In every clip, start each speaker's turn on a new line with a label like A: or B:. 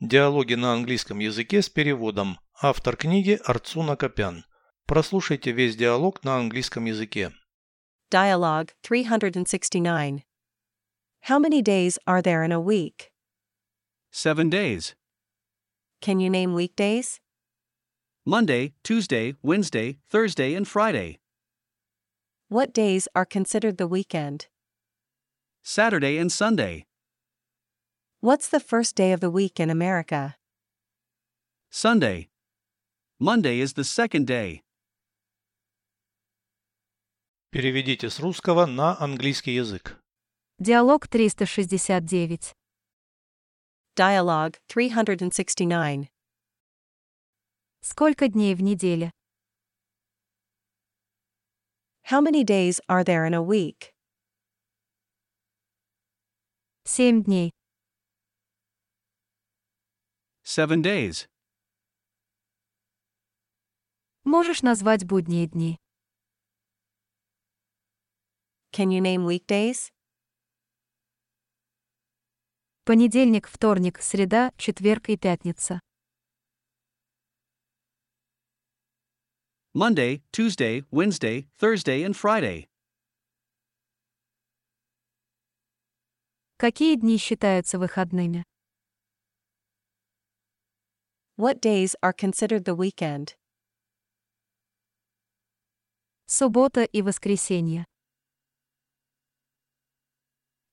A: Диалоги на английском языке с переводом. Автор книги Арцуна Копян. Прослушайте весь диалог на английском языке.
B: Dialogue 369. How many days are there in a week?
C: Seven days.
B: Can you name weekdays?
C: Monday, Tuesday, Wednesday, Thursday, and Friday.
B: What days are considered the weekend?
C: Saturday and Sunday.
B: What's the first day of the week in America?
C: Sunday. Monday is the second day.
A: Переведите с русского на английский язык.
D: Диалог 369.
B: Dialogue 369.
D: Сколько дней в неделе?
B: How many days are there in a week?
D: Семь дней.
C: Seven days.
D: Можешь назвать будние дни?
B: Can you name weekdays?
D: Понедельник, вторник, среда, четверг и пятница.
C: Monday, Tuesday, Wednesday, Thursday, and Friday.
D: Какие дни считаются выходными?
B: What days are considered the weekend?
D: Суббота и воскресенье.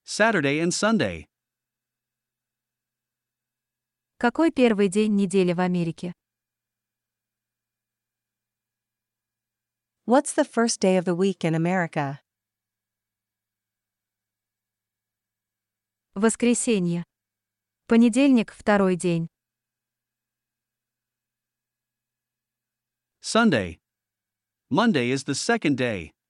C: Saturday and Sunday.
D: Какой первый день недели в Америке?
B: What's the first day of the week in America?
D: Воскресенье. Понедельник, второй день.
C: Sunday. Monday is the second day.